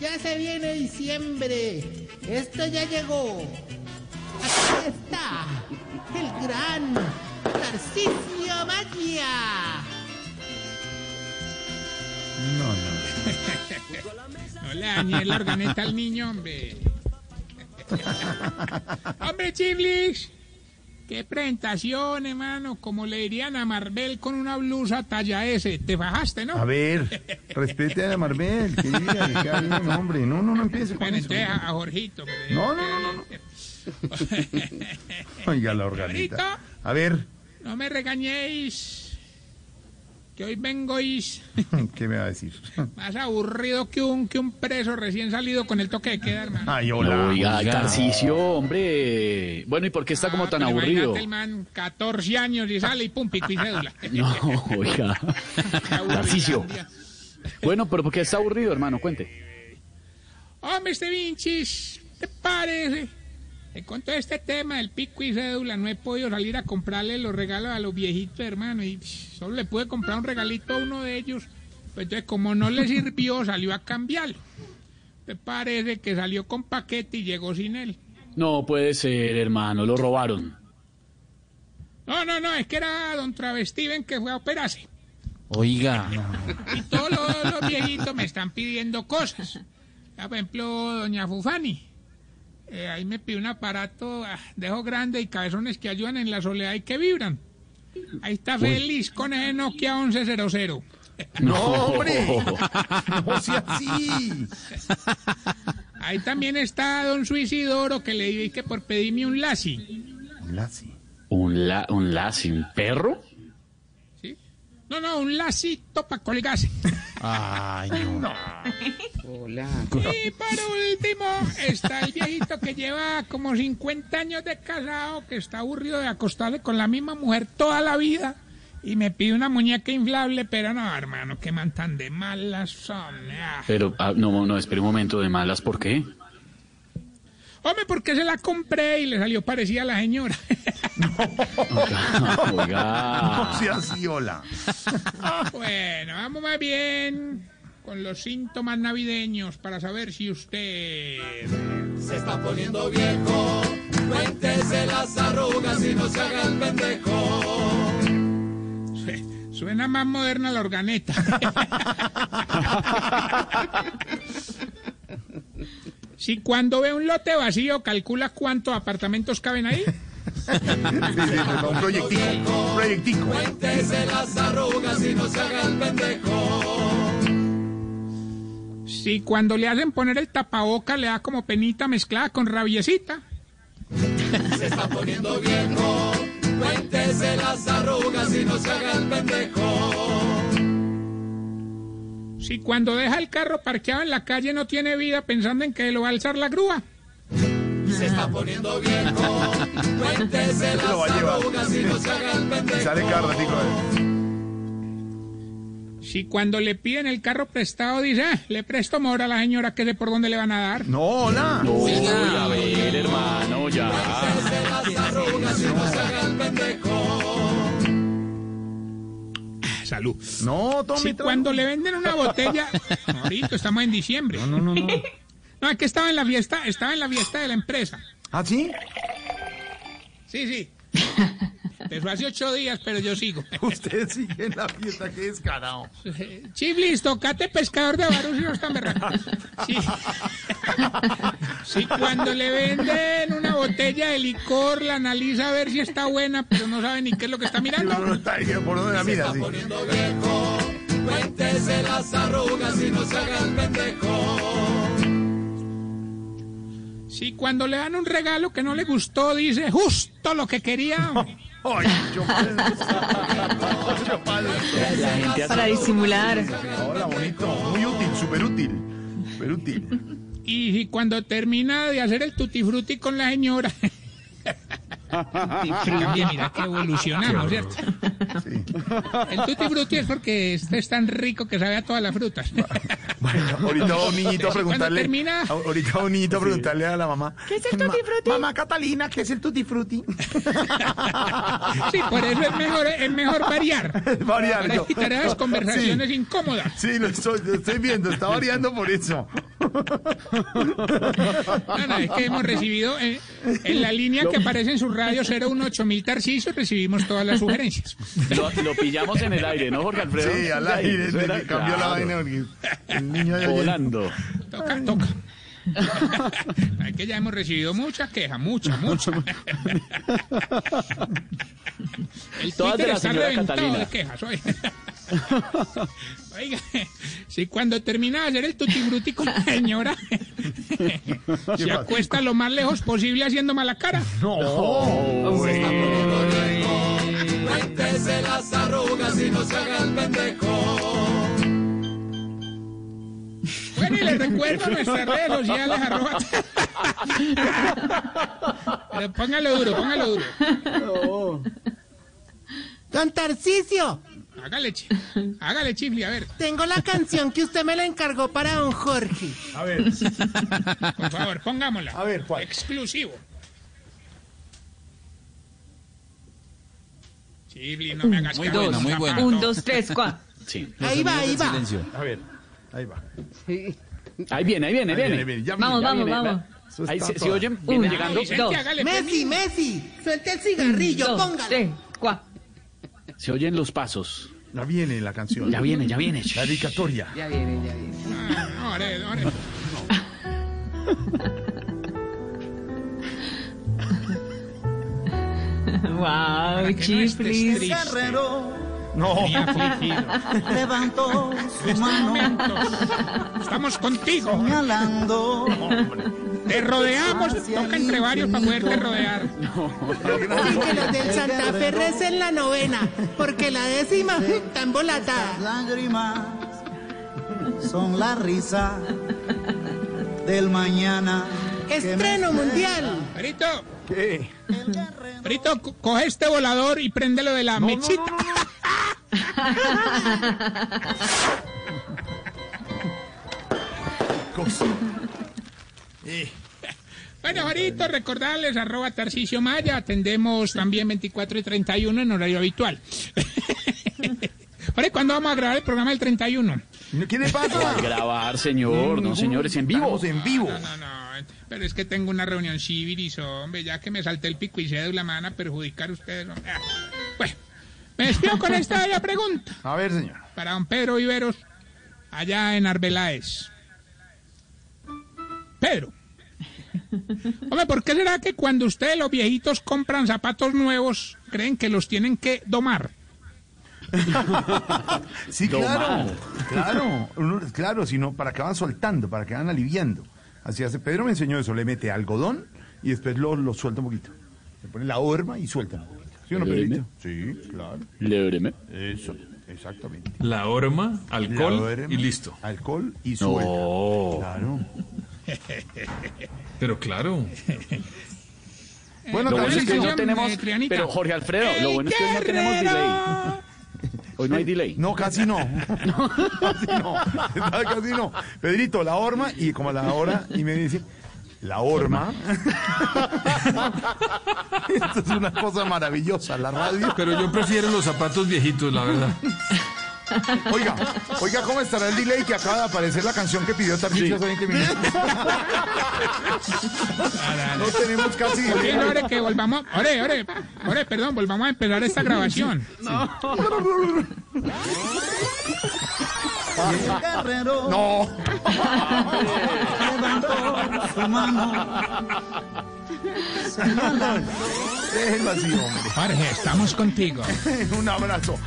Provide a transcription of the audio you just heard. Ya se viene diciembre. Esto ya llegó. Aquí está el gran Narcisio Magia. No, no. No le dañé la organeta al niño, hombre. hombre, Chiblis. Qué presentación, hermano. Como le dirían a Marvel con una blusa talla S. Te bajaste, A ¿no? ver, respete a la Marvel, que diga, que haga bien, hombre. No, no, no empiece con Bueno, eso. entonces a a Jorgito. pero- No, no, no, no, no. Oiga la organita. A ver, No me regañéis. Que hoy vengois ¿qué me va a decir? más aburrido que un, que un preso recién salido con el toque de queda, hermano. Ay, hola. Oiga, Tarcicio, hombre. Bueno, ¿y por qué está como tan Ah, pero aburrido? imagínate, El man, 14 años y sale y pum, pico y cédula. No, oiga. Qué aburrido, Tarcicio. Dios. Bueno, pero ¿por qué está aburrido, hermano? Cuente. Hombre, este Vinchis, ¿qué te parece? Eh, Con todo este tema del pico y cédula, no he podido salir a comprarle los regalos a los viejitos, hermano. Y pff, solo le pude comprar un regalito a uno de ellos. Pues, entonces, como no le sirvió, salió a cambiarlo. ¿Te parece que salió con paquete y llegó sin él? No puede ser, hermano. Lo robaron. No, no, no, es que era don Travestiven que fue a operarse. Oiga, Y todos los, los viejitos me están pidiendo cosas. Ya, Por ejemplo, doña Fufani. Eh, ahí me pide un aparato ah, de ojos grandes y cabezones que ayudan en la soledad y que vibran. Ahí está feliz con el Nokia 1100. No, hombre. No sea así. Ahí también está don Suicidoro que le dije que por pedirme un lazi. Hola, sí. ¿Un, la, un lazo, un perro? ¿sí? No, no, un lacito para colgarse. ay, no. Y por último está el viejito que lleva como 50 años de casado, que está aburrido de acostarse con la misma mujer toda la vida y me pide una muñeca inflable, pero no, hermano, que man tan de malas son. ah. Pero, ah, no, no, espere un momento de malas. ¿Por qué? Hombre, porque se la compré y le salió parecida a la señora. Ah. Oiga. No sea así, hola. bueno, vamos más bien con los síntomas navideños para saber si usted... Se está poniendo viejo, cuéntese las arrugas y no se haga el pendejo. Su- Suena más moderna la organeta. si cuando ve un lote vacío calcula cuántos apartamentos caben ahí. Sí, sí, por favor, un proyectico. Un proyectico. Cuéntese las arrugas y no se haga el pendejo. Si cuando le hacen poner el tapaboca le da como penita mezclada con rabiecita. Se está poniendo viejo, cuéntese las arrugas y no se haga el pendejo. Si cuando deja el carro parqueado en la calle no tiene vida pensando en que lo va a alzar la grúa. Se está poniendo viejo, cuéntese Se lo va a las llevar. arrugas y no se haga el Y pendejo. sale cada ratico. eh. Si cuando le piden el carro prestado dice, "Ah, le presto mora a la señora que sé por dónde le van a dar. No, hola. No. Oiga, a ver, hermano, ya. Cuéntese las arrugas y no se haga el pendejo. Salud. No, tome Si trago. cuando le venden una botella, ahorita estamos en diciembre. No, no, no. No, es que estaba en la fiesta, estaba en la fiesta de la empresa. ¿Ah, sí? Sí, sí. Empezó hace ocho días, pero yo sigo. Usted sigue en la fiesta, qué descarado. Chiblis, tocate pescador de varus y no están berracos. Sí. Sí, cuando le venden una botella de licor, la analiza a ver si está buena, pero no sabe ni qué es lo que está No, no, mirando. no, está ahí, por donde la mira, sí. Poniendo viejo, cuéntese las arrugas y no se haga el pendejo. Sí, cuando le dan un regalo que no le gustó, dice justo lo que quería. Ay, yo padezco. Yo padezco. La gente hace- Para disimular. Hola, bonito. Muy útil, súper útil. Súper útil. Y, si cuando termina de hacer el tutti frutti con la señora. Cambia, mira que evolucionamos, ¿cierto? Sí. El tutti frutti es porque este es tan rico que sabe a todas las frutas. Bueno, ahorita va un niñito a Cuando preguntarle. termina- a- Ahorita va un niñito a preguntarle a la mamá. ¿Qué es el Tutti Frutti? Mamá Catalina, ¿qué es el tutti frutti? Sí, por eso es mejor, es mejor variar. Variar. Para yo. evitar esas conversaciones incómodas. Sí, sí, lo estoy, lo estoy viendo, está variando por eso. No, no, es que hemos recibido eh, en la línea que aparece en su radio 018 mil Tarciso, recibimos todas las sugerencias. Lo, lo pillamos en el aire, ¿no, Jorge Alfredo? Sí, al aire, Eso desde era- que cambió la claro, vaina porque el niño de ayer- Volando. Toca, toca. es que ya hemos recibido muchas quejas, muchas, muchas. El Todas de Twitter la está señora reventado Catalina. de quejas hoy. Oiga, si cuando termina de hacer el tutibruti con la señora, se pasa? acuesta lo más lejos posible haciendo mala cara. Cuéntese las arrugas y no se haga el pendejo. Bueno, y les recuerdo nuestras redes sociales, arroba. Pero póngalo duro, póngalo duro. Don Tarcisio, Hágale, chi- hágale chifli, a ver, tengo la canción que usted me la encargó para don Jorge. A ver, por favor, pongámosla. a ver, ¿cuál? Exclusivo. Chifli, no me hagas Muy caso, buena, muy papá. buena. Un, dos, tres, cuatro. Sí. Ahí va, ahí va. Silencio. A ver, ahí va. Ahí viene, ahí Ahí viene, ahí viene. viene, viene, ya Vamos, viene. vamos, viene, vamos. Eso Ahí está se, si todo. oyen, Una, viene llegando. dos, Vicente, hágale, Messi, Penny. Messi, suelte el cigarrillo, dos, póngalo. tres, cuatro. Se oyen los pasos. Ya viene la canción. Ya viene, ya viene. La dedicatoria. Ya viene, ya viene. Ah, no, ore, ore. Wow, Que no estés chiflis. triste, No. ni afligido. levantó su mano Este Estamos contigo. señalando Te rodeamos. Toca entre varios para poderte rodear. Y que los del Santa Fe recen la novena, porque la décima está embolatada. lágrimas son la risa del mañana Estreno mundial. Perito. ¿Qué? Frito, co- coge este volador y préndelo de la mechita. Eh. Bueno, Jorito, recordarles, arroba Tarcicio Maya, atendemos también 24 y 31 en horario habitual. Jorge, ¿cuándo vamos a grabar el programa del 31? ¿Qué le pasa? Grabar, señor. No, señores, en vivo. Estamos en vivo. No, no, pero es que tengo una reunión civilis, hombre, ya que me salté el pico y cédula, me van a perjudicar ustedes. hombre. Ah, Bueno, me despido con esta bella pregunta. A ver, señor. para don Pedro Viveros allá en Arbeláez. Pedro. Hombre, ¿por qué será que cuando ustedes los viejitos compran zapatos nuevos, creen que los tienen que domar? Sí, Domar. claro. Claro, uno- claro, sino para que van soltando, para que van aliviando. Así hace. Pedro me enseñó eso. Le mete algodón y después lo, lo suelta un poquito. Le pone la horma y suelta un poquito. ¿Sí o no, ¿Pero Pedrito? Sí, claro. Lébreme. Eso, exactamente. La horma, La alcohol horma, y listo. Alcohol y suelta. No. Claro. Pero claro, Bueno, Lo bueno es que Tarcisio. no tenemos. Eh, Trianita. Pero Jorge Alfredo, lo bueno es que hoy no tenemos delay. Hoy no hay delay. No, casi no. casi no. casi no. Pedrito, la horma y como a la hora y me dice, la horma. Esto es una cosa maravillosa, la radio. pero yo prefiero los zapatos viejitos, la verdad. Oiga, oiga, ¿cómo estará el delay que acaba de aparecer la canción que pidió Tarcillo hace 20 minutos? no tenemos casi Bien, ahora que volvamos, ore, ore, ore, perdón, volvamos a empezar esta grabación. el guerrero No, levantó su mano señalando déjenlo así, hombre. Jorge, estamos contigo. Un abrazo.